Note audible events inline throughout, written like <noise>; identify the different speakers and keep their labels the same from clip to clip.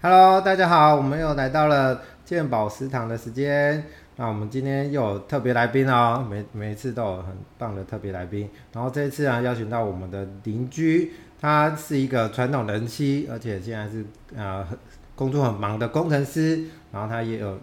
Speaker 1: Hello，大家好，我们又来到了健宝食堂的时间。那我们今天又有特别来宾哦，每每一次都有很棒的特别来宾。然后这一次啊，邀请到我们的邻居，他是一个传统人妻，而且现在是呃很工作很忙的工程师。然后他也有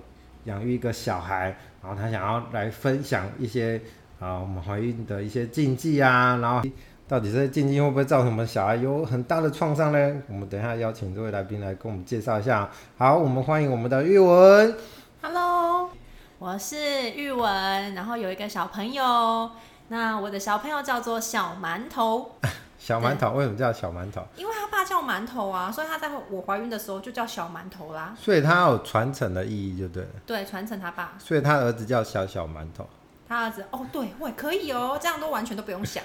Speaker 1: 养育一个小孩，然后他想要来分享一些啊、我们怀孕的一些禁忌啊，然后到底这些禁忌会不会造成我们小孩有很大的创伤呢？我们等一下邀请这位来宾来跟我们介绍一下。好，我们欢迎我们的玉文。
Speaker 2: Hello，我是玉文，然后有一个小朋友，那我的小朋友叫做小馒头，
Speaker 1: 小馒头为什么叫小馒头？
Speaker 2: 因为他爸叫馒头啊，所以他在我怀孕的时候就叫小馒头啦。
Speaker 1: 所以它有传承的意义，就对了。
Speaker 2: 对，传承他爸，
Speaker 1: 所以他儿子叫小小馒头，
Speaker 2: 他儿子哦，对，我也可以哦，这样都完全都不用想，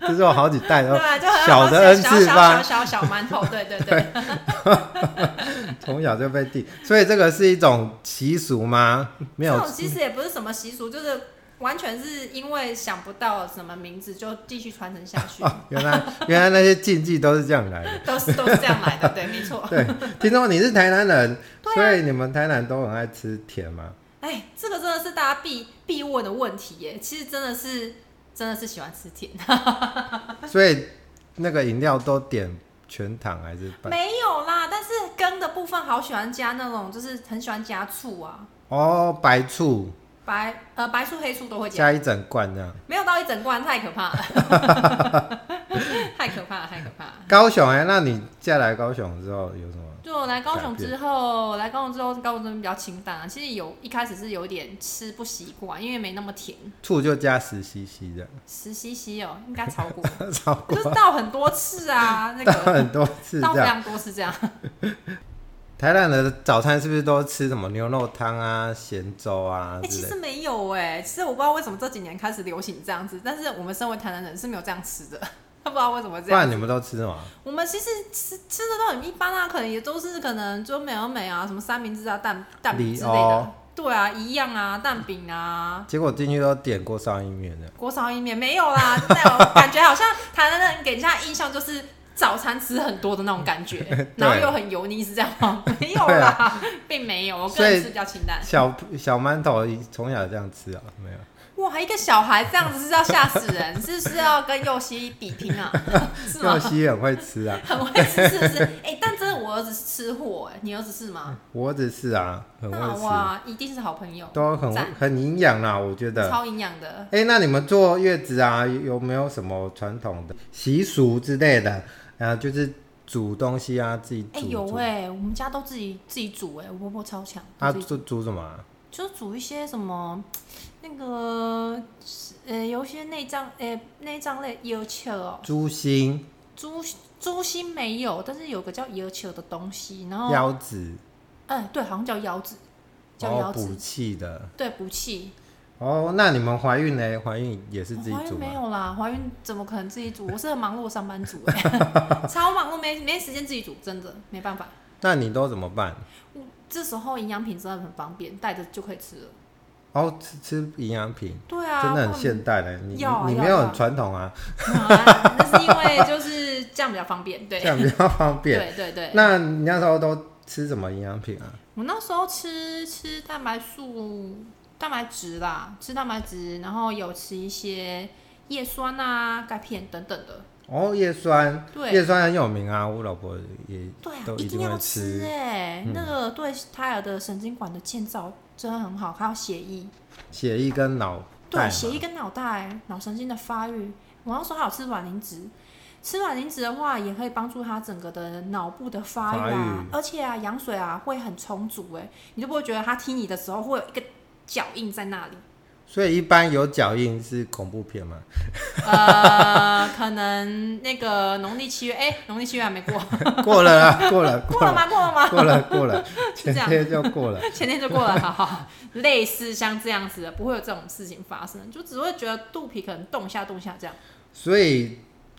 Speaker 1: 这是我好几代 <laughs>
Speaker 2: 对
Speaker 1: 的
Speaker 2: 吧？就很
Speaker 1: 小的恩
Speaker 2: 小
Speaker 1: 赐
Speaker 2: 小小
Speaker 1: 吧，
Speaker 2: 小小馒头，对对对，
Speaker 1: 从小就被定。所以这个是一种习俗吗？没
Speaker 2: 这
Speaker 1: 有
Speaker 2: 种其实也不是什么习俗，就是完全是因为想不到什么名字就继续传承下去，
Speaker 1: 原来 <laughs> 原来那些禁忌都是这样来的。
Speaker 2: 都是都是这样来的，对，没错。
Speaker 1: 对，听说你是台南人，
Speaker 2: 对啊
Speaker 1: 所以你们台南都很爱吃甜吗？
Speaker 2: 哎，这个真的是大家必必问的问题耶。其实真的是真的是喜欢吃甜，
Speaker 1: 所以那个饮料都点全糖还是半？
Speaker 2: 没有啦，但是羹的部分好喜欢加那种，就是很喜欢加醋啊，
Speaker 1: 哦，白醋
Speaker 2: 白呃白醋黑醋都会加，
Speaker 1: 加一整罐这样。
Speaker 2: 没有到一整罐太可怕了，太可怕了，太可怕了。
Speaker 1: 高雄哎、那你嫁来高雄之后有什么？
Speaker 2: 就我来高雄之后，来高雄之后，高雄这边比较清淡啊。其实有一开始是有点吃不习惯，因为没那么甜，
Speaker 1: 醋就加十 CC 这样。 <laughs>
Speaker 2: 十 CC 哦，应该超过，
Speaker 1: 超
Speaker 2: 就
Speaker 1: 过
Speaker 2: 是倒很多次啊，那
Speaker 1: 到
Speaker 2: 个
Speaker 1: 很多次
Speaker 2: 倒
Speaker 1: 这
Speaker 2: 非
Speaker 1: 样。
Speaker 2: 常多次这样。
Speaker 1: 台南的早餐是不是都吃什么牛肉汤啊、咸粥啊
Speaker 2: 哎、
Speaker 1: 之
Speaker 2: 其
Speaker 1: 类
Speaker 2: 实
Speaker 1: 的？
Speaker 2: 没有哎、其实我不知道为什么这几年开始流行这样子，但是我们身为台南人是没有这样吃的，不知道为什么
Speaker 1: 不
Speaker 2: 这样。
Speaker 1: 然你们都吃什么？
Speaker 2: 我们其实吃吃的都很一般啊，可能也都是可能就美而美啊，什么三明治啊、蛋蛋饼之类
Speaker 1: 梨
Speaker 2: 的
Speaker 1: 哦。
Speaker 2: 对啊，一样啊，蛋饼啊，
Speaker 1: 结果进去都点锅烧意面这样。
Speaker 2: 锅烧意面没有啦，那种感觉好像台南人给人家印象就是早餐吃很多的那种
Speaker 1: <laughs>
Speaker 2: 感觉，然后又很油腻，是这样吗？ <laughs> 没有
Speaker 1: 对
Speaker 2: 啦，
Speaker 1: 啊
Speaker 2: 并没有，我
Speaker 1: 所
Speaker 2: 个
Speaker 1: 以
Speaker 2: 人吃比较清淡。
Speaker 1: 小小馒头从小这样吃啊？没有，
Speaker 2: 哇，一个小孩这样子是要吓死人， <laughs> 是是要跟佑希比拼啊？ <laughs> 是
Speaker 1: 佑
Speaker 2: 吗？
Speaker 1: 希很会吃啊，
Speaker 2: 很会吃是不是？哎、但真的我儿子是吃货哎、你儿子是吗？
Speaker 1: 我只是啊，很
Speaker 2: 那
Speaker 1: 会吃。
Speaker 2: 哇，一定是好朋友，
Speaker 1: 都很
Speaker 2: 赞
Speaker 1: 很营养啦，我觉得。
Speaker 2: 超营养的。
Speaker 1: 哎、那你们坐月子啊，有没有什么传统的习俗之类的？啊，就是煮东西啊，自己煮。
Speaker 2: 哎、有
Speaker 1: 煮
Speaker 2: 哎、我们家都自己自己煮哎、我婆婆超强，
Speaker 1: 啊，
Speaker 2: 自己
Speaker 1: 煮煮什么啊、
Speaker 2: 就煮一些什么那个呃，有一些内脏哎，内脏类椰球哦，
Speaker 1: 猪心、
Speaker 2: 猪猪心没有，但是有个叫椰球的东西，然后
Speaker 1: 腰哦子，
Speaker 2: 哎、对，好像叫腰子，
Speaker 1: 然
Speaker 2: 哦叫腰
Speaker 1: 后
Speaker 2: 子
Speaker 1: 补。气的。
Speaker 2: 对，补气。
Speaker 1: 哦，那你们怀孕呢？怀孕也是自己
Speaker 2: 怀
Speaker 1: 煮
Speaker 2: 孕没
Speaker 1: 吗？
Speaker 2: 有啦，怀孕怎么可能自己煮？我是很忙碌的上班族、欸， <laughs> 超忙碌，没没时间自己煮，真的没办法。
Speaker 1: 那你都怎么办？
Speaker 2: 我这时候营养品真的很方便，带着就可以吃了。
Speaker 1: 哦，吃吃营养品，
Speaker 2: 对啊，
Speaker 1: 真的很
Speaker 2: 不然
Speaker 1: 现代嘞。你
Speaker 2: 要啊
Speaker 1: 你
Speaker 2: 要
Speaker 1: 没有
Speaker 2: 要
Speaker 1: 很传统啊，
Speaker 2: 啊 <laughs> 那是因为就是这样比较方便，对
Speaker 1: 这样比较方便。
Speaker 2: 对啊对对。
Speaker 1: 那你那时候都吃什么营养品啊？
Speaker 2: 我那时候吃吃蛋白素、蛋白质啦，吃蛋白质，然后有吃一些叶酸啊、钙片等等的。
Speaker 1: 哦，叶酸。
Speaker 2: 对，
Speaker 1: 叶酸很有名啊，我老婆也
Speaker 2: 对啊
Speaker 1: 都，一
Speaker 2: 一
Speaker 1: 定
Speaker 2: 定
Speaker 1: 会
Speaker 2: 要
Speaker 1: 吃嗯
Speaker 2: 哎、那个对胎儿的神经管的建造真的很好，还有血液，
Speaker 1: 血液跟脑袋
Speaker 2: 对
Speaker 1: 嘛，
Speaker 2: 血液跟脑袋、脑神经的发育。我要说还有吃卵磷脂，吃卵磷脂的话也可以帮助他整个的脑部的发育啊，
Speaker 1: 发育
Speaker 2: 而且啊羊水啊会很充足哎、你就不会觉得他踢你的时候会有一个脚印在
Speaker 1: <laughs>
Speaker 2: 那里。
Speaker 1: 所以一般有脚印是恐怖片嘛， <laughs>
Speaker 2: 呃，可能那个农历七月，哎、农历七月还没
Speaker 1: <laughs>
Speaker 2: 过，
Speaker 1: 过了啦，过了，
Speaker 2: 过了
Speaker 1: 了，
Speaker 2: 吗？过了吗？
Speaker 1: 过了，过
Speaker 2: <laughs>
Speaker 1: 了，
Speaker 2: 是
Speaker 1: 前
Speaker 2: 这样
Speaker 1: 天就过了。
Speaker 2: 前天就过了，好好，类似像这样子的，不会有这种事情发生，就只会觉得肚皮可能动一下动一下这样，
Speaker 1: 所以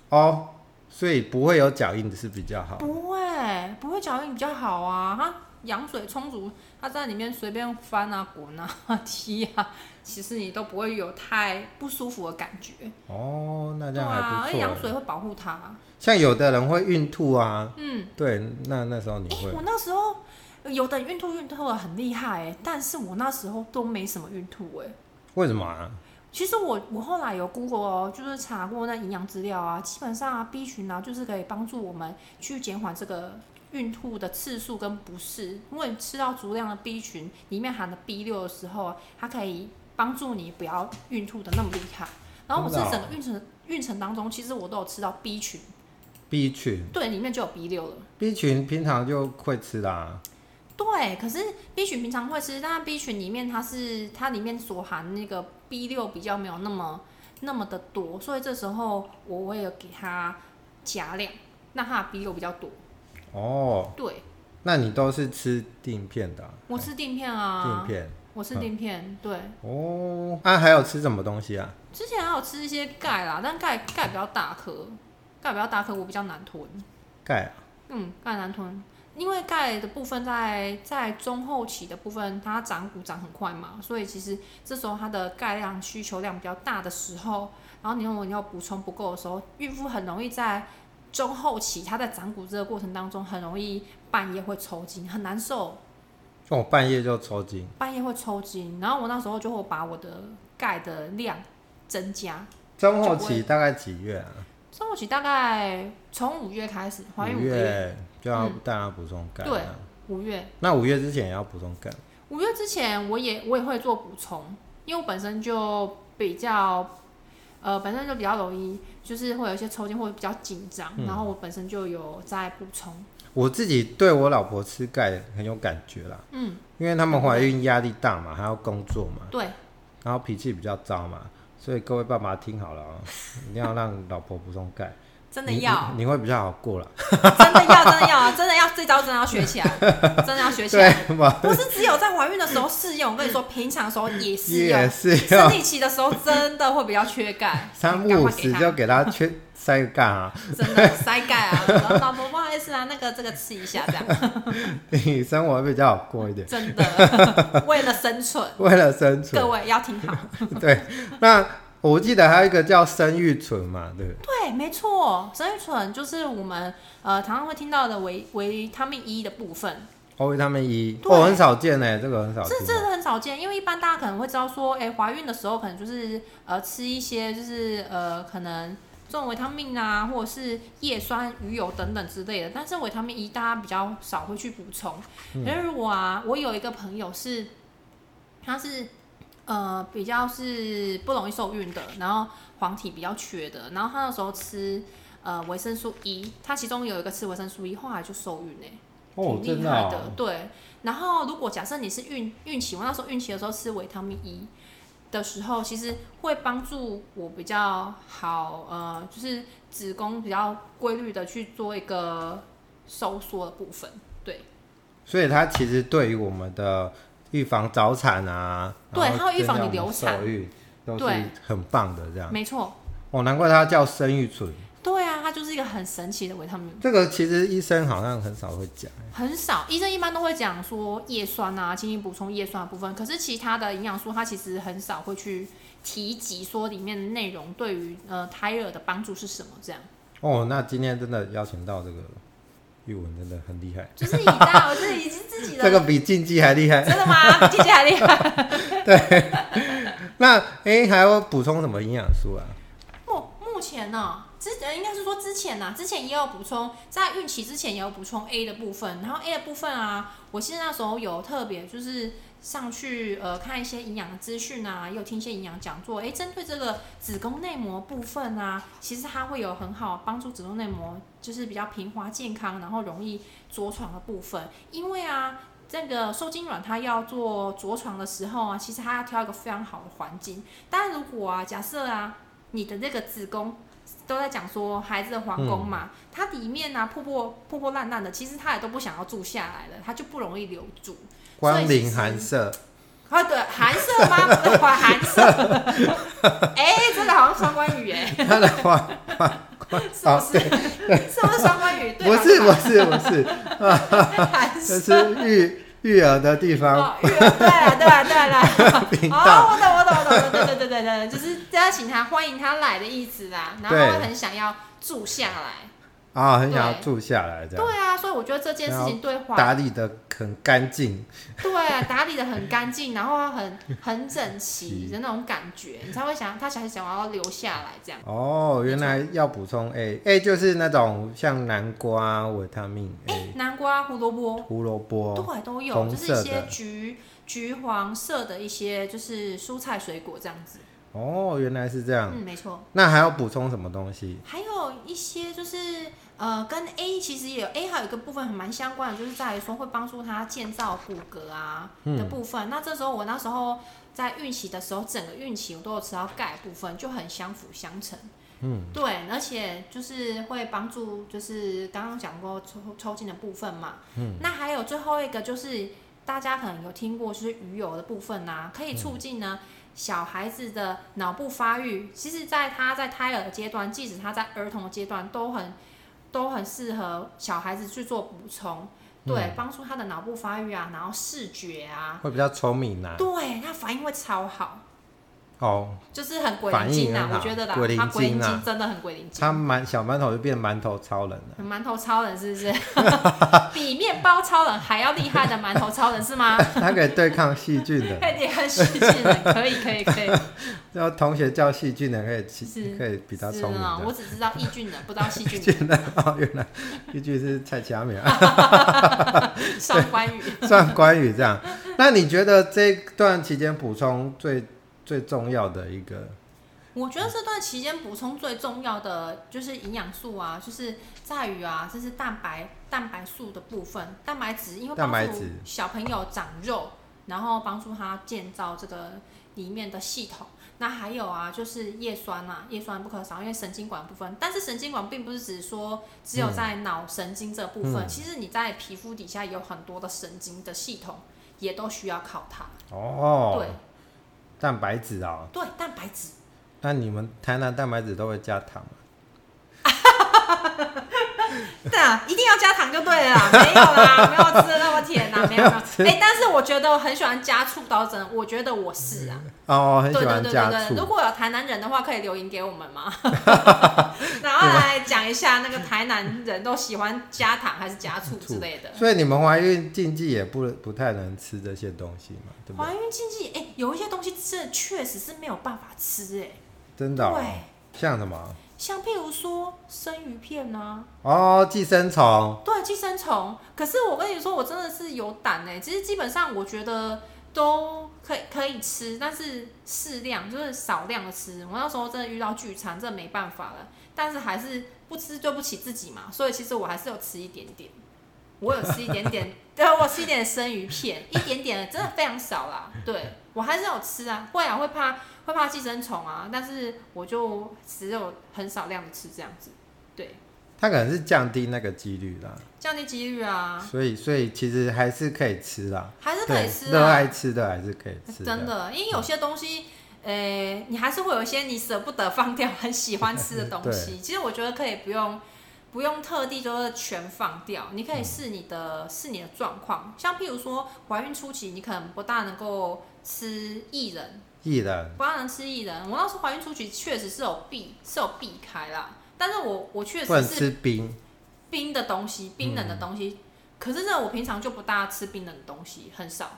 Speaker 1: 哦，所以不会有脚印的是比较好。
Speaker 2: 不会不会脚印比较好啊，哈，羊水充足，它在里面随便翻啊、滚啊、踢啊，其实你都不会有太不舒服的感觉。
Speaker 1: 哦，那这
Speaker 2: 对
Speaker 1: 样
Speaker 2: 啊，
Speaker 1: 还
Speaker 2: 而
Speaker 1: 不
Speaker 2: 且
Speaker 1: 错
Speaker 2: 羊
Speaker 1: 欸。
Speaker 2: 水会保护它。
Speaker 1: 像有的人会孕吐啊，
Speaker 2: 嗯，
Speaker 1: 对，那那时候你
Speaker 2: 哎、
Speaker 1: 会
Speaker 2: 我那时候有的孕吐孕吐的很厉害、欸，但是我那时候都没什么孕吐、欸，
Speaker 1: 为什么啊？
Speaker 2: 其实我我后来有 Google 哦，就是查过那营养资料啊，基本上啊 B 群啊就是可以帮助我们去减缓这个孕吐的次数跟不适，因为你吃到足量的 B 群，里面含的 B 六的时候啊，它可以帮助你不要孕吐的那么厉害。然后我是
Speaker 1: 真的哦
Speaker 2: 整个孕程孕程当中，其实我都有吃到 B 群，
Speaker 1: B 群
Speaker 2: 对，里面就有 B 六了。
Speaker 1: ，B 群平常就会吃啦。
Speaker 2: 对，可是 B 群平常会吃，但是 B 群里面它是它里面所含那个 B 六比较没有那么那么的多，所以这时候我会有给它加量，那它的 B 六比较多。
Speaker 1: 哦，
Speaker 2: 对，
Speaker 1: 那你都是吃定片的啊、
Speaker 2: 我吃锭片啊，
Speaker 1: 定片嗯
Speaker 2: 我吃锭片。对，
Speaker 1: 哦，啊，还有吃什么东西啊？
Speaker 2: 之前还有吃一些钙啦，但钙钙比较大颗，钙比较大颗，我比较难吞。
Speaker 1: 钙啊、
Speaker 2: 嗯，钙难吞，因为钙的部分在在中后期的部分，它长骨长很快嘛，所以其实这时候它的钙量需求量比较大的时候，然后你如果你要补充不够的时候，孕妇很容易在中后期她在长骨这个过程当中，很容易半夜会抽筋，很难受，
Speaker 1: 哦，半夜就抽筋。
Speaker 2: 半夜会抽筋。然后我那时候就会把我的钙的量增加，
Speaker 1: 中后期大概几月啊？
Speaker 2: 中后期大概从五月开始，怀孕
Speaker 1: 五
Speaker 2: 五个月，
Speaker 1: 月就要
Speaker 2: 嗯
Speaker 1: 大家补充钙、啊。
Speaker 2: 对五月。
Speaker 1: 那五月之前也要补充钙。
Speaker 2: 五月之前，我也我也会做补充，因为我本身就比较，呃，本身就比较容易，就是会有一些抽筋或者比较紧张，
Speaker 1: 嗯
Speaker 2: 然后我本身就有在补充，
Speaker 1: 我自己对我老婆吃钙很有感觉啦，
Speaker 2: 嗯，
Speaker 1: 因为他们怀孕压力大嘛，还要工作嘛，
Speaker 2: 对，
Speaker 1: 然后脾气比较糟嘛，所以各位爸爸听好了、哦， <laughs> 一定要让老婆补充钙，
Speaker 2: <laughs> 真的
Speaker 1: 你
Speaker 2: 要，
Speaker 1: 你你会比较好过啦。
Speaker 2: 真的要，真的要，真的要，这招真的要学起
Speaker 1: <laughs>
Speaker 2: 来，真的要学起来，
Speaker 1: 对嘛，
Speaker 2: 不是只有在怀孕的时候适用，我跟你说，平常的时候也适
Speaker 1: 也
Speaker 2: 用，
Speaker 1: 是
Speaker 2: 生
Speaker 1: 要
Speaker 2: 理期的时候真的会比较缺钙，
Speaker 1: <laughs> 三
Speaker 2: 赶
Speaker 1: 不五
Speaker 2: 快给
Speaker 1: 时
Speaker 2: 他
Speaker 1: 就给他缺塞个钙啊， <laughs>
Speaker 2: 真的塞钙啊，然后老婆不好意思啊，那个这个吃一下这样。
Speaker 1: 你生活会比较好过一点。
Speaker 2: 真
Speaker 1: <laughs>
Speaker 2: 的，为了生存，
Speaker 1: 为了生存
Speaker 2: 各，位要听好。
Speaker 1: 对，那我记得还有一个叫生育醇嘛，对不对？
Speaker 2: 对，没错，生育醇就是我们呃常常会听到的维维他命 E 的部分，
Speaker 1: 哦，维他命 E，
Speaker 2: 对
Speaker 1: 哦，很少见呢，这个很少见
Speaker 2: 这。这是很少见，因为一般大家可能会知道说，哎、怀孕的时候可能就是呃吃一些就是呃可能。这种维他命啊，或者是叶酸、鱼油等等之类的，但是维他命 E 大家比较少会去补充。可是如果啊，我有一个朋友是，他是呃比较是不容易受孕的，然后黄体比较缺的，然后他那时候吃呃维生素 E，他其中有一个吃维生素 E，后来就受孕哎、
Speaker 1: 哦，
Speaker 2: 挺
Speaker 1: 真
Speaker 2: 厉
Speaker 1: 的
Speaker 2: 害的，
Speaker 1: 哦，
Speaker 2: 对。然后如果假设你是孕孕期，我那时候孕期的时候吃维他命 E 的时候，其实会帮助我比较好，呃，就是子宫比较规律的去做一个收缩的部分，对，
Speaker 1: 所以它其实对于我们的预防早产啊，
Speaker 2: 对
Speaker 1: 然后
Speaker 2: 它会预防你
Speaker 1: 增加我们
Speaker 2: 流产
Speaker 1: 受孕都是
Speaker 2: 对
Speaker 1: 很棒的这样。
Speaker 2: 没错，
Speaker 1: 哦，难怪它叫生育醇，
Speaker 2: 对啊，它就是一个很神奇的维他命，
Speaker 1: 这个其实医生好像很少会讲。
Speaker 2: 很少医生一般都会讲说叶酸啊，轻易补充叶酸的部分，可是其他的营养素它其实很少会去提及说里面的内容对于呃胎儿的帮助是什么这样。
Speaker 1: 哦，那今天真的邀请到这个玉文，真的很厉害，
Speaker 2: 就是以大，我是已经自己的。
Speaker 1: 这个比竞技还厉害。
Speaker 2: 真的吗？ <laughs> 比姐姐还厉害。
Speaker 1: 那诶，还要补充什么营养素啊？
Speaker 2: 目目前呢、之呃应该是说之前呐、之前也有补充，在孕期之前也有补充 A 的部分，然后 A 的部分啊，我其实那时候有特别就是上去呃看一些营养资讯啊，也有听一些营养讲座，诶，针对这个子宫内膜部分啊，其实它会有很好帮助子宫内膜就是比较平滑健康，然后容易着床的部分，因为啊。这个受精卵它要做着床的时候啊，其实它要挑一个非常好的环境。但如果啊，假设啊，你的那个子宫都在讲说孩子的皇宫嘛，
Speaker 1: 嗯
Speaker 2: 它里面呢、啊、破破破破烂烂的，其实它也都不想要住下来了，它就不容易留住。
Speaker 1: 光临寒舍，
Speaker 2: 啊，对，寒舍吗？
Speaker 1: <laughs> <laughs>
Speaker 2: 不 <laughs> 是，韩寒舍。哎、这个好像双关语哎。
Speaker 1: 它的话啊
Speaker 2: 是 <laughs> 不是？是不是双关语？对
Speaker 1: 不
Speaker 2: 吧
Speaker 1: 是不是不是，
Speaker 2: <laughs>
Speaker 1: <laughs>
Speaker 2: 寒
Speaker 1: 这
Speaker 2: 舍
Speaker 1: 是育育儿的地方。
Speaker 2: <laughs> 哦，育儿对啦，对啦，对啦。
Speaker 1: <laughs> 频道
Speaker 2: 哦，我懂，我懂，我懂，对对对对对，就是邀请他，欢迎他来的意思啦。然后他
Speaker 1: 对
Speaker 2: 很想要住下来。
Speaker 1: 啊，很想要
Speaker 2: 对
Speaker 1: 住下来这样，
Speaker 2: 对啊，所以我觉得这件事情对环
Speaker 1: 打理的很干净。
Speaker 2: 对啊打理的很干净，然后很很整齐
Speaker 1: 是
Speaker 2: 的那种感觉，你才会想他才想要留下来这样。
Speaker 1: 哦，原来要补充 A，A 就是那种像南瓜、维他命
Speaker 2: 哎、
Speaker 1: A、
Speaker 2: 南瓜、胡萝卜，
Speaker 1: 胡萝卜，
Speaker 2: 哎对，都有，
Speaker 1: 嗯哦红
Speaker 2: 就是
Speaker 1: 色
Speaker 2: 一些
Speaker 1: 的
Speaker 2: 橘橘黄色的一些就是蔬菜水果这样子。
Speaker 1: 哦，原来是这样。
Speaker 2: 嗯，没错。
Speaker 1: 那还要补充什么东西？
Speaker 2: 还有一些就是呃，跟 A 其实也有 A 还有一个部分很蛮相关的，就是在于说会帮助他建造骨骼啊
Speaker 1: 嗯
Speaker 2: 的部分。那这时候我那时候在孕期的时候，整个孕期我都有吃到钙部分，就很相辅相成。
Speaker 1: 嗯，
Speaker 2: 对，而且就是会帮助，就是刚刚讲过抽抽筋的部分嘛。嗯，那还有最后一个就是大家可能有听过，就是鱼油的部分呐、可以促进呢、小孩子的脑部发育。其实，在他在胎儿的阶段，即使他在儿童的阶段，都很都很适合小孩子去做补充，对，帮助他的脑部发育啊，然后视觉啊，
Speaker 1: 会比较聪明啦。
Speaker 2: 对他反应会超好，
Speaker 1: 哦，
Speaker 2: 就是很鬼灵
Speaker 1: 反应
Speaker 2: 精啊
Speaker 1: 很，
Speaker 2: 我
Speaker 1: 好
Speaker 2: 觉得啦，
Speaker 1: 鬼灵
Speaker 2: 他鬼灵
Speaker 1: 精啊
Speaker 2: 精真的很鬼灵精。
Speaker 1: 他馒小馒头就变馒头超人了。 <laughs>
Speaker 2: 馒头超人是不 <laughs> 是？比面包超人还要厉害的馒头超人
Speaker 1: <laughs>
Speaker 2: 是吗？
Speaker 1: 他可以对抗细菌的， <laughs>
Speaker 2: 快点，很细菌人，可以可以可以，
Speaker 1: 然后同学叫细菌的可以起
Speaker 2: 是
Speaker 1: 可以 <laughs> 比较
Speaker 2: 是
Speaker 1: 聪明
Speaker 2: 啊
Speaker 1: 的
Speaker 2: 我。只知道抑菌人，不知道细菌
Speaker 1: 现在 <laughs> 哦，原来一句是蔡佳敏啊， <laughs>
Speaker 2: 人。双关语，
Speaker 1: 算关于这样。那你觉得这段期间补充最最重要的一个
Speaker 2: 我觉得这段期间补充最重要的就是营养素啊，就是在于啊，这是蛋白蛋白素的部分，蛋白质，因为
Speaker 1: 蛋
Speaker 2: 帮
Speaker 1: 白
Speaker 2: 助
Speaker 1: 质
Speaker 2: 小朋友长肉，然后帮助他建造这个里面的系统。那还有啊，就是叶酸啊，叶酸不可少，因为神经管部分。但是神经管并不是只说只
Speaker 1: 嗯
Speaker 2: 有在脑神经这部分，其实你在皮肤底下有很多的神经的系统，也都需要靠它。
Speaker 1: 哦
Speaker 2: 对，
Speaker 1: 蛋白质哦？
Speaker 2: 对，蛋白质
Speaker 1: 那你们台南蛋白质都会加糖吗？
Speaker 2: 对啊，一定要加糖就对了啦， <laughs> 没有啦，没有吃的那么甜
Speaker 1: <laughs>
Speaker 2: 啦，没有没有。哎、但是我觉得我很喜欢加醋刀针，我觉得我是啊，
Speaker 1: 哦，
Speaker 2: 对
Speaker 1: 很喜
Speaker 2: 对对
Speaker 1: 欢
Speaker 2: 对
Speaker 1: 加
Speaker 2: 对。
Speaker 1: 醋
Speaker 2: 如。果有台南人的话，可以留言给我们
Speaker 1: <laughs>
Speaker 2: 吗？然后来讲一下那个台南人都喜欢加糖还是加醋之类的。
Speaker 1: 所以你们怀孕禁忌也不不太能吃这些东西嘛，对不对？
Speaker 2: 怀孕禁忌，哎、有一些东西真的确实是没有办法吃、哎，
Speaker 1: 真的、哦，
Speaker 2: 对，
Speaker 1: 像什么？
Speaker 2: 像譬如说生鱼片啊，
Speaker 1: 哦，寄生虫，
Speaker 2: 对，寄生虫。可是我跟你说，我真的是有胆哎、其实基本上我觉得都可以可以吃，但是适量，就是少量的吃。我那时候真的遇到聚餐，真的没办法了。但是还是不吃对不起自己嘛，所以其实我还是有吃一点点。我有吃一点点， <laughs> 对，我有吃一点生鱼片，一点点的，真的非常少啦。对我还是有吃啊，会啊，会怕会怕寄生虫啊，但是我就只有很少量的吃这样子，对，
Speaker 1: 它可能是降低那个几率啦，
Speaker 2: 降低几率啊。
Speaker 1: 所以所以其实还是可以吃啦，
Speaker 2: 还是可以
Speaker 1: 对，
Speaker 2: 吃
Speaker 1: 热爱
Speaker 2: 啊，
Speaker 1: 吃的还是可以吃
Speaker 2: 真的，因为有些东西，呃、你还是会有一些你舍不得放掉、很喜欢吃的东
Speaker 1: <laughs>
Speaker 2: 西。其实我觉得可以不用不用特地就是全放掉，你
Speaker 1: 嗯
Speaker 2: 可以试你的、试你的状况。像譬如说怀孕初期，你可能不大能够吃薏仁，
Speaker 1: 薏仁
Speaker 2: 不大能吃薏仁。我那时候怀孕初期确实是有避是有避开啦，但是我我确
Speaker 1: 不能
Speaker 2: 实是
Speaker 1: 吃嗯冰，
Speaker 2: 冰的东西、冰冷的东西。可是呢，我平常就不大吃冰冷的东西，很少。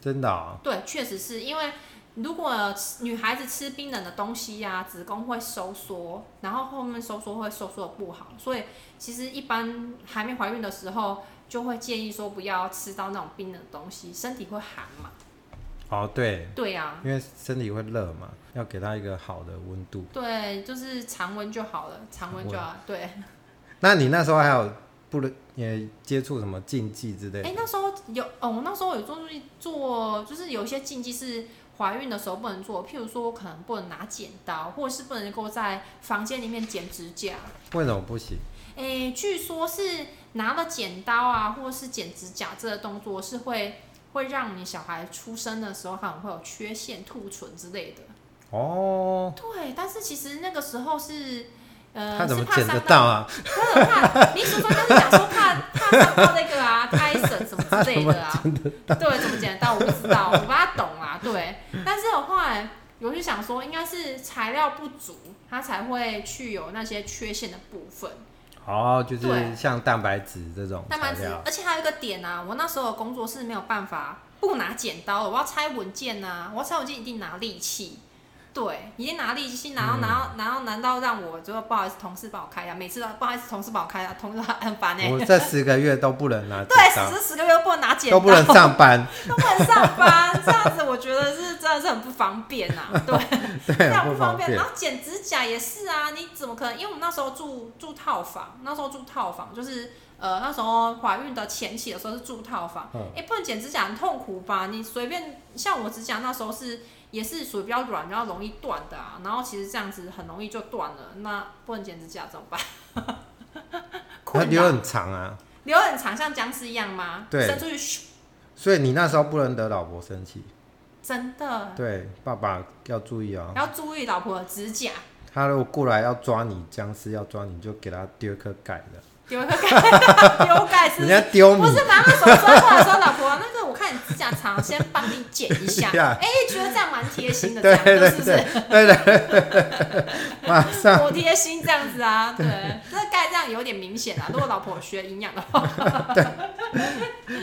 Speaker 1: 真的、哦，
Speaker 2: 对，确实是因为如果吃女孩子吃冰冷的东西呀、子宫会收缩，然后后面收缩会收缩的不好，所以其实一般还没怀孕的时候，就会建议说不要吃到那种冰冷的东西，身体会寒嘛。
Speaker 1: 哦对，
Speaker 2: 对啊呀、
Speaker 1: 因为身体会热嘛，要给它一个好的温度。
Speaker 2: 对，就是常温就好了，常温就好了。对，
Speaker 1: 那你那时候还有不能也接触什么禁忌之类
Speaker 2: 哎、
Speaker 1: 的？
Speaker 2: 那时候有哦，我那时候有做做，就是有一些禁忌是怀孕的时候不能做，譬如说可能不能拿剪刀，或者是不能够在房间里面剪指甲。
Speaker 1: 为什么不行？
Speaker 2: 诶，据说是拿了剪刀啊，或是剪指甲这个动作是会会让你小孩出生的时候好像会有缺陷、兔唇之类的。
Speaker 1: 哦，
Speaker 2: 对，但是其实那个时候是呃，
Speaker 1: 他怎么
Speaker 2: 是怕
Speaker 1: 捡
Speaker 2: 伤
Speaker 1: 得
Speaker 2: 到
Speaker 1: 到啊？
Speaker 2: 他很怕，你书中就是讲说怕怕上到那个啊，开审什么之类的啊，对，怎么简单我不知道，我不太懂啊，对。但是我后来有去想说，应该是材料不足，它才会去有那些缺陷的部分。
Speaker 1: 哦，就是
Speaker 2: 对
Speaker 1: 像蛋白质这种
Speaker 2: 蛋白
Speaker 1: 材
Speaker 2: 质
Speaker 1: 料，
Speaker 2: 而且还有一个点啊，我那时候的工作是没有办法不拿剪刀的，我要拆文件啊，我要拆文件一定拿利器，对，一定拿利器，拿
Speaker 1: 嗯
Speaker 2: 到拿到拿到，难道让我就不好意思，同事帮我开啊，每次都不好意思，同事帮我开啊，同事很烦哎、
Speaker 1: 我这十个月都不能拿剪
Speaker 2: 对，
Speaker 1: 刀，
Speaker 2: 十十个月不能拿剪刀，
Speaker 1: 都不能，上班， <laughs>
Speaker 2: 都不能上班，这样子我觉得是真的是很不方便啊，对，
Speaker 1: 对，
Speaker 2: 这样
Speaker 1: 很不
Speaker 2: 方
Speaker 1: 方
Speaker 2: 便。
Speaker 1: 便
Speaker 2: 然。后剪指甲也是啊，你怎么可能？因为我们那时候住住套房，那时候住套房就是呃那时候怀孕的前期的时候是住套房，哎、
Speaker 1: 嗯
Speaker 2: 不能剪指甲很痛苦吧？你随便像我指甲那时候是也是属于比较软，比较容易断的啊。然后其实这样子很容易就断了，那不能剪指甲怎么办？
Speaker 1: 它
Speaker 2: 困
Speaker 1: 留
Speaker 2: 难，
Speaker 1: 很长啊，
Speaker 2: 留很长，像僵尸一样吗？
Speaker 1: 对
Speaker 2: 伸出去咻，
Speaker 1: 所以你那时候不能得老婆生气。
Speaker 2: 真的。
Speaker 1: 对，爸爸要注意哦，
Speaker 2: 要注意老婆的指甲，
Speaker 1: 他如果过来要抓你，僵尸要抓你，就给他丢一颗钙的，
Speaker 2: 丢一
Speaker 1: <laughs>
Speaker 2: 个盖，丢盖是不
Speaker 1: 人
Speaker 2: 是？
Speaker 1: 家丢你
Speaker 2: 哎
Speaker 1: <laughs>
Speaker 2: 不，是拿那手抓出来的时候，老婆那个我看你指甲长，先帮你剪一
Speaker 1: <laughs>
Speaker 2: 下。
Speaker 1: 呀
Speaker 2: 哎、觉得这样蛮贴心的，
Speaker 1: 对
Speaker 2: 这样
Speaker 1: 对
Speaker 2: 是不
Speaker 1: 对
Speaker 2: 是？
Speaker 1: 对对对
Speaker 2: <laughs>
Speaker 1: 对，马上
Speaker 2: 我贴心这样子啊，对，这盖这样有点明显啊。如果老婆学营养的话，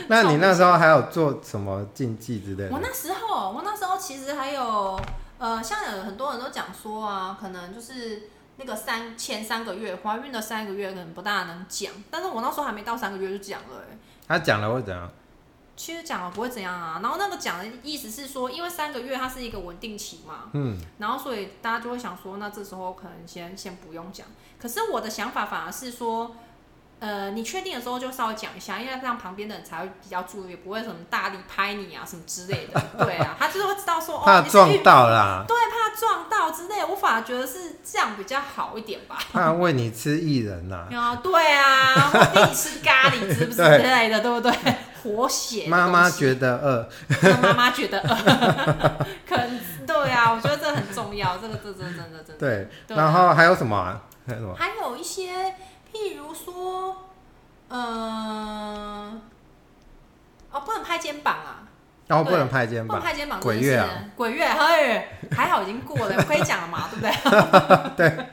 Speaker 1: 那你那时候还有做什么禁忌之类
Speaker 2: 我
Speaker 1: 的？
Speaker 2: 那时候，我那时候其实还有，呃，像有很多人都讲说啊，可能就是那个三前三个月怀孕的三个月可能不大能讲，但是我那时候还没到三个月就讲了、欸，
Speaker 1: 他讲了会怎样？
Speaker 2: 其实讲了不会怎样啊，然后那个讲的意思是说，因为三个月它是一个稳定期嘛，
Speaker 1: 嗯，
Speaker 2: 然后所以大家就会想说，那这时候可能先先不用讲。可是我的想法反而是说，呃，你确定的时候就稍微讲一下，因为这样旁边的人才会比较注意，不会什么大力拍你啊什么之类的。对
Speaker 1: <laughs>
Speaker 2: 啊，他就是会知道说，
Speaker 1: 怕
Speaker 2: 哦，你是
Speaker 1: 撞
Speaker 2: 孕，
Speaker 1: 到啦，
Speaker 2: 对，怕撞到之类的。我反而觉得是这样比较好一点
Speaker 1: <laughs>
Speaker 2: 吧。
Speaker 1: 怕喂你吃薏仁啦。
Speaker 2: 啊，对啊，我逼你吃咖喱，是不是之
Speaker 1: 对
Speaker 2: 类的，对 <laughs> 不对？活血的
Speaker 1: 妈妈
Speaker 2: 东西啊
Speaker 1: 觉得饿，
Speaker 2: 让妈妈觉得 <laughs> 饿可能对啊，我觉得这很重要，这个这这真的真的。
Speaker 1: 对，
Speaker 2: 对
Speaker 1: 然后还有什么啊？还有什么？
Speaker 2: 还有一些，譬如说，呃，哦，不能拍肩膀啊，
Speaker 1: 然后不
Speaker 2: 对
Speaker 1: 能拍肩
Speaker 2: 不能
Speaker 1: 膀，
Speaker 2: 拍肩膀这
Speaker 1: 鬼
Speaker 2: 件
Speaker 1: 月
Speaker 2: 事
Speaker 1: 啊
Speaker 2: 呢，鬼月，嘿，还好已经过了，我可以讲了嘛，对不对？
Speaker 1: <laughs>
Speaker 2: <laughs> 对。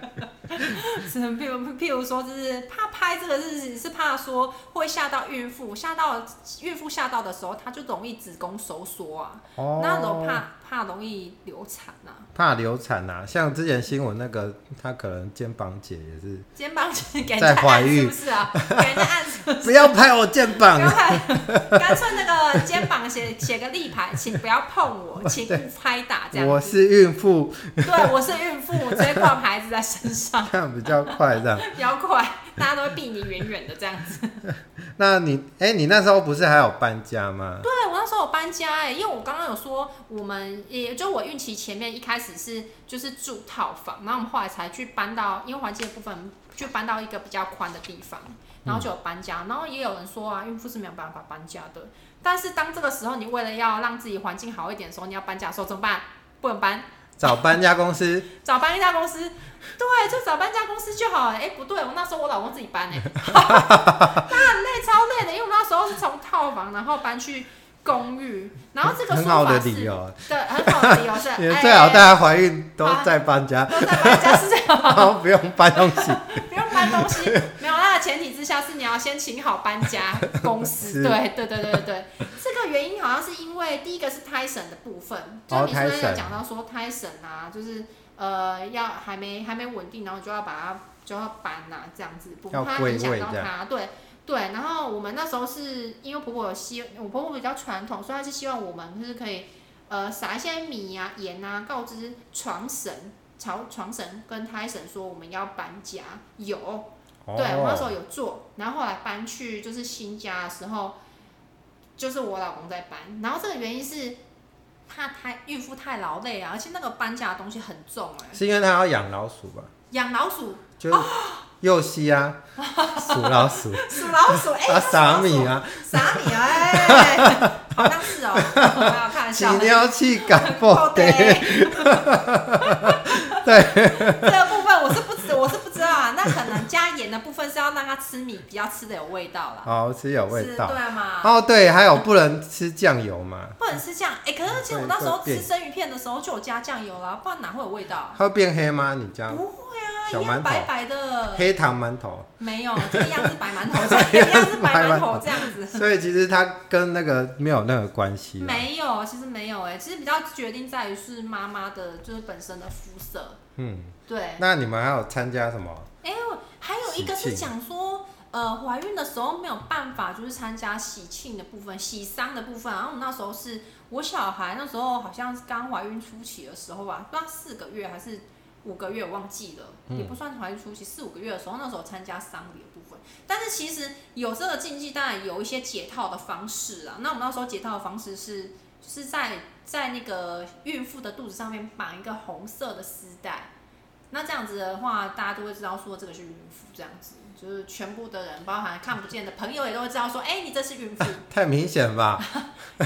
Speaker 2: 是，譬如譬如说，就是怕拍这个日子，是怕说会吓到孕妇，吓到孕妇吓到的时候，她就容易子宫收缩啊，那都
Speaker 1: 哦，
Speaker 2: 怕怕容易流产啊。
Speaker 1: 怕流产呐、啊，像之前新闻那个，他可能肩膀姐也是， <laughs>
Speaker 2: 肩膀就是给人
Speaker 1: 在
Speaker 2: 家
Speaker 1: 怀
Speaker 2: 按是
Speaker 1: 孕
Speaker 2: 不是啊？给人家
Speaker 1: <laughs>
Speaker 2: 按是不是？
Speaker 1: 不要拍我肩
Speaker 2: 不要
Speaker 1: 膀，
Speaker 2: 拍，干脆那个肩膀写写个立牌，请不要碰我，请勿拍打这样子。
Speaker 1: 我是孕妇，
Speaker 2: 对，我是孕妇，我直接挂牌子在身上，
Speaker 1: 这样比较快，这样。
Speaker 2: 比较快，大家都会避你远远的这样子。
Speaker 1: 那你，哎、你那时候不是还有搬家吗？
Speaker 2: 对我那时候有搬家哎、因为我刚刚有说我们也就我孕期前面一开始是就是住套房，然后我们后来才去搬到，因为环境的部分就搬到一个比较宽的地方，然后就有搬家。然后也有人说啊，孕妇是没有办法搬家的。但是当这个时候，你为了要让自己环境好一点的时候，你要搬家的时候怎么办？不能搬，
Speaker 1: 找搬家公司，
Speaker 2: 找搬家公司，对，就找搬家公司就好了。哎、不对，我那时候我老公自己搬哎、
Speaker 1: <laughs>
Speaker 2: 他很累，超累的，因为我们那时候是从套房然后搬去公寓，然后这个
Speaker 1: 很
Speaker 2: 说
Speaker 1: 好
Speaker 2: 法
Speaker 1: 的
Speaker 2: 是
Speaker 1: 理由。
Speaker 2: 对，很好的理由是，
Speaker 1: <laughs> 你
Speaker 2: 哎
Speaker 1: 最好大家怀孕都
Speaker 2: 好
Speaker 1: 在搬家，
Speaker 2: 都在搬家是这
Speaker 1: <laughs>
Speaker 2: 样，
Speaker 1: 然后不用搬东西。
Speaker 2: 不用搬东
Speaker 1: <laughs>
Speaker 2: 西，没有那个前提之下是你要先请好搬家
Speaker 1: <laughs>
Speaker 2: 公
Speaker 1: 是
Speaker 2: 司，对对对对对对，这个原因好像是因为第一个是胎神的部分，就
Speaker 1: 哦
Speaker 2: 是你
Speaker 1: 胎
Speaker 2: 昨天
Speaker 1: 神
Speaker 2: 有讲到说胎神啊，就是呃要还没还没稳定，然后就要把它就要搬呐、这样子，不
Speaker 1: 要
Speaker 2: 怕
Speaker 1: 归
Speaker 2: 影响
Speaker 1: 位
Speaker 2: 到
Speaker 1: 这样
Speaker 2: 它，对。对，然后我们那时候是因为婆婆有希，我婆婆比较传统，所以她是希望我们就是可以，呃，撒一些米啊、盐啊，告知床神、床床神跟胎神说我们要搬家，有， <laughs>
Speaker 1: 哦
Speaker 2: 对，我那时候有做，然后后来搬去就是新家的时候，就是我老公在搬，然后这个原因是怕太孕妇太劳累啊，而且那个搬家的东西很重哎、
Speaker 1: 是因为他要养老鼠吧？
Speaker 2: 养老鼠、
Speaker 1: 就是幼熙啊，鼠老鼠，
Speaker 2: 鼠老鼠， <laughs> 哎、
Speaker 1: 啊
Speaker 2: 那
Speaker 1: 傻米
Speaker 2: 鼠老
Speaker 1: 啊，
Speaker 2: 鼠，傻米啊，哎，好像是哦，没有开玩
Speaker 1: 起
Speaker 2: 笑的。
Speaker 1: 尿气
Speaker 2: <laughs>
Speaker 1: 感
Speaker 2: 哦
Speaker 1: 冒
Speaker 2: 对，
Speaker 1: 的，
Speaker 2: 这个部分我是不知我是不知道啊，盐的部分是要让它吃米比较吃的有味道啦，
Speaker 1: 好吃有味
Speaker 2: 是
Speaker 1: 道。
Speaker 2: 对啊嘛？
Speaker 1: 哦，对，还有不能吃酱油嘛，
Speaker 2: 不能吃酱，哎、可是其实我
Speaker 1: 会
Speaker 2: 那时候
Speaker 1: 会变
Speaker 2: 吃生鱼片的时候就有加酱油啦，不然哪会有味道？
Speaker 1: 它会变黑吗？你家
Speaker 2: 不会啊，
Speaker 1: 小
Speaker 2: 一
Speaker 1: 馒
Speaker 2: 样
Speaker 1: 头
Speaker 2: 白白的，
Speaker 1: 黑糖馒头，
Speaker 2: 没有，这一样是白馒头，这一样是白馒头这样子。
Speaker 1: 所以其实它跟那个没有任何关系啊啦。
Speaker 2: 没有，其实没有哎、其实比较决定在于是妈妈的，就是本身的肤色。
Speaker 1: 嗯，
Speaker 2: 对，
Speaker 1: 那你们还有参加什么？
Speaker 2: 哎、我还有一个
Speaker 1: 喜
Speaker 2: 是
Speaker 1: 庆
Speaker 2: 讲说，呃，怀孕的时候没有办法，就是参加喜庆的部分、喜丧的部分。然后我们那时候是我小孩那时候好像是刚怀孕初期的时候吧，不知道四个月还是五个月，我忘记了，
Speaker 1: 嗯
Speaker 2: 也不算怀孕初期，四五个月的时候，那时候参加丧礼的部分。但是其实有这个禁忌，当然有一些解套的方式啊。那我们那时候解套的方式是，就是在在那个孕妇的肚子上面绑一个红色的丝带。那这样子的话，大家都会知道说这个是孕妇，这样子就是全部的人，包含看不见的朋友也都会知道说，哎、你这是孕妇。
Speaker 1: 太明显吧？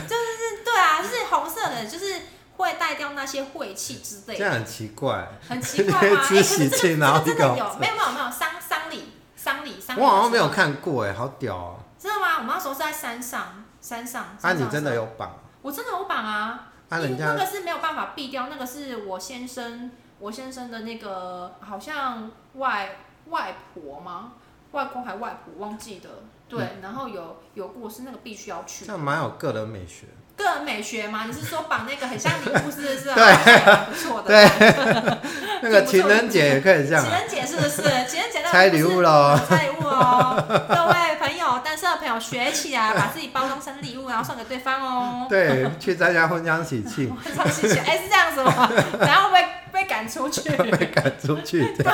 Speaker 2: 对啊，就是红色的，就是会带掉那些晦气之类
Speaker 1: 这
Speaker 2: 的，
Speaker 1: 样很奇怪。
Speaker 2: 很奇怪吗？哎、
Speaker 1: 吃
Speaker 2: 可
Speaker 1: 喜
Speaker 2: 是这
Speaker 1: 庆
Speaker 2: 个
Speaker 1: 然后
Speaker 2: 这
Speaker 1: 一
Speaker 2: 个真
Speaker 1: 个
Speaker 2: 的
Speaker 1: 红
Speaker 2: 有，
Speaker 1: 色
Speaker 2: 没有没有没有丧丧礼丧礼丧礼，
Speaker 1: 我好像没有，看过哎，好屌哦！
Speaker 2: 真的吗？我们那时候是在山上，山上。
Speaker 1: 啊，
Speaker 2: 山上
Speaker 1: 你真
Speaker 2: 时
Speaker 1: 的
Speaker 2: 候？
Speaker 1: 有绑？
Speaker 2: 我真的有绑啊，
Speaker 1: 啊，
Speaker 2: 因为
Speaker 1: 人
Speaker 2: 那
Speaker 1: 家
Speaker 2: 个是没有办法避掉，那个是我先生，我先生的那个好像外外婆吗？外公还外婆忘记的，对，然后有有过是那个必须要去
Speaker 1: 嗯这。样蛮有个人美学。
Speaker 2: 个人美学嘛，你是说绑那个很像礼物是不是？啊
Speaker 1: 对，
Speaker 2: 不错的。
Speaker 1: 对，那个情人节也可以这样
Speaker 2: 情 <laughs>
Speaker 1: 啊，
Speaker 2: 人节是不是？情人节那
Speaker 1: 拆礼物喽。
Speaker 2: 拆礼物哦，各位朋友，单身的朋友学起来，把自己包装成礼物，然后送给对方哦。
Speaker 1: 对，去参加婚丧喜庆
Speaker 2: <laughs> 我很伤心，哎、是这样
Speaker 1: <laughs>
Speaker 2: 子吗？然后被被赶出去，
Speaker 1: 被赶出去，对，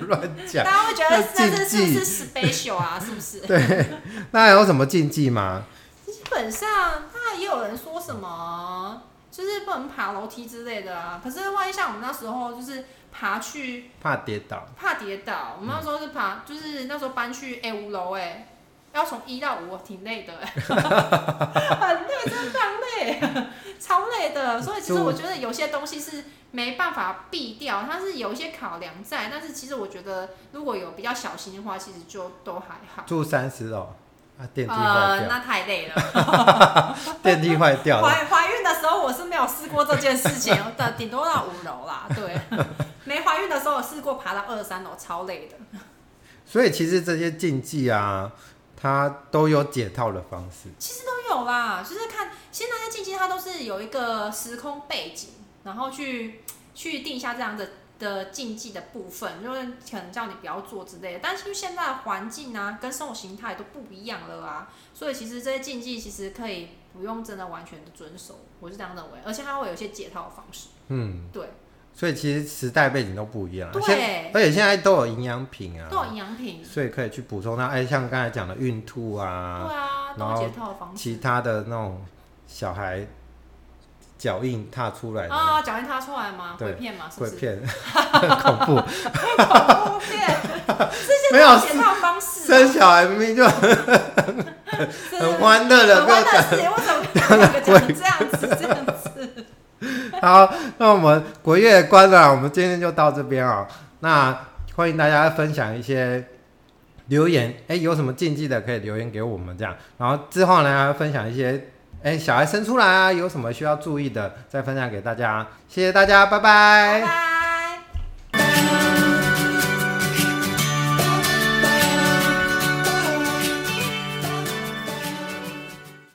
Speaker 1: 乱
Speaker 2: 大
Speaker 1: 讲。
Speaker 2: 家会觉得
Speaker 1: 那禁
Speaker 2: 这这
Speaker 1: 忌
Speaker 2: 是不是 special 啊？是不是？
Speaker 1: 对，那还有什么禁忌吗？
Speaker 2: 基本上，那也有人说什么，就是不能爬楼梯之类的啊。可是万一像我们那时候，就是爬去
Speaker 1: 怕跌倒，
Speaker 2: 怕跌倒，我们那时候是
Speaker 1: 嗯
Speaker 2: 爬，就是那时候搬去哎五楼哎。要从一到五，挺累的、
Speaker 1: <laughs>
Speaker 2: 哎很累，真的非常累，超累的。所以其实我觉得有些东西是没办法避掉，它是有一些考量在。但是其实我觉得，如果有比较小心的话，其实就都还好。
Speaker 1: 住三十楼啊，电梯坏
Speaker 2: 呃，
Speaker 1: 掉，
Speaker 2: 那太
Speaker 1: <laughs>
Speaker 2: 累了。
Speaker 1: 电梯坏掉了，
Speaker 2: 怀怀孕的时候我是没有试过这件事情 <laughs> 的，顶多到五楼啦。对，没怀孕的时候我试过爬到二三楼，超累的。
Speaker 1: 所以其实这些禁忌啊，它都有解套的方式。
Speaker 2: 其实都有啦，就是看现在的禁忌，它都是有一个时空背景，然后去去定下这样的的禁忌的部分，就是可能叫你不要做之类的。但是现在的环境啊，跟生活形态都不一样了啊，所以其实这些禁忌其实可以不用真的完全的遵守，我是这样认为，而且它会有一些解套的方式。
Speaker 1: 嗯，
Speaker 2: 对，
Speaker 1: 所以其实时代背景都不一样啊，
Speaker 2: 对
Speaker 1: 现而且现在都有营养品
Speaker 2: 都有
Speaker 1: 啊，
Speaker 2: 营养品。
Speaker 1: 所以可以去补充它。哎，像刚才讲的孕吐啊，
Speaker 2: 对啊，
Speaker 1: 然
Speaker 2: 都
Speaker 1: 后
Speaker 2: 解套的方
Speaker 1: 其
Speaker 2: 式。
Speaker 1: 他的那种小孩脚印踏出来的
Speaker 2: 啊，脚印踏出来吗？
Speaker 1: 对
Speaker 2: 鬼片吗？是不
Speaker 1: 鬼
Speaker 2: 是？
Speaker 1: 片， <laughs> 很恐怖。
Speaker 2: 恐怖片，这
Speaker 1: 没
Speaker 2: 些
Speaker 1: 有
Speaker 2: 都是解套
Speaker 1: <laughs>
Speaker 2: 方式啊，
Speaker 1: 生小孩明明就
Speaker 2: 真的
Speaker 1: 很欢乐了，
Speaker 2: 很
Speaker 1: 不要讲。
Speaker 2: 欢乐的事情，为什么两个讲成这样子？这样子，
Speaker 1: <laughs> 好，那我们国乐观了，我们今天就到这边哦。那欢迎大家分享一些留言，哎、有什么禁忌的可以留言给我们这样。然后之后呢，分享一些，哎、 <laughs> 小孩生出来啊，有什么需要注意的，再分享给大家。谢谢大家，拜拜
Speaker 2: 拜拜。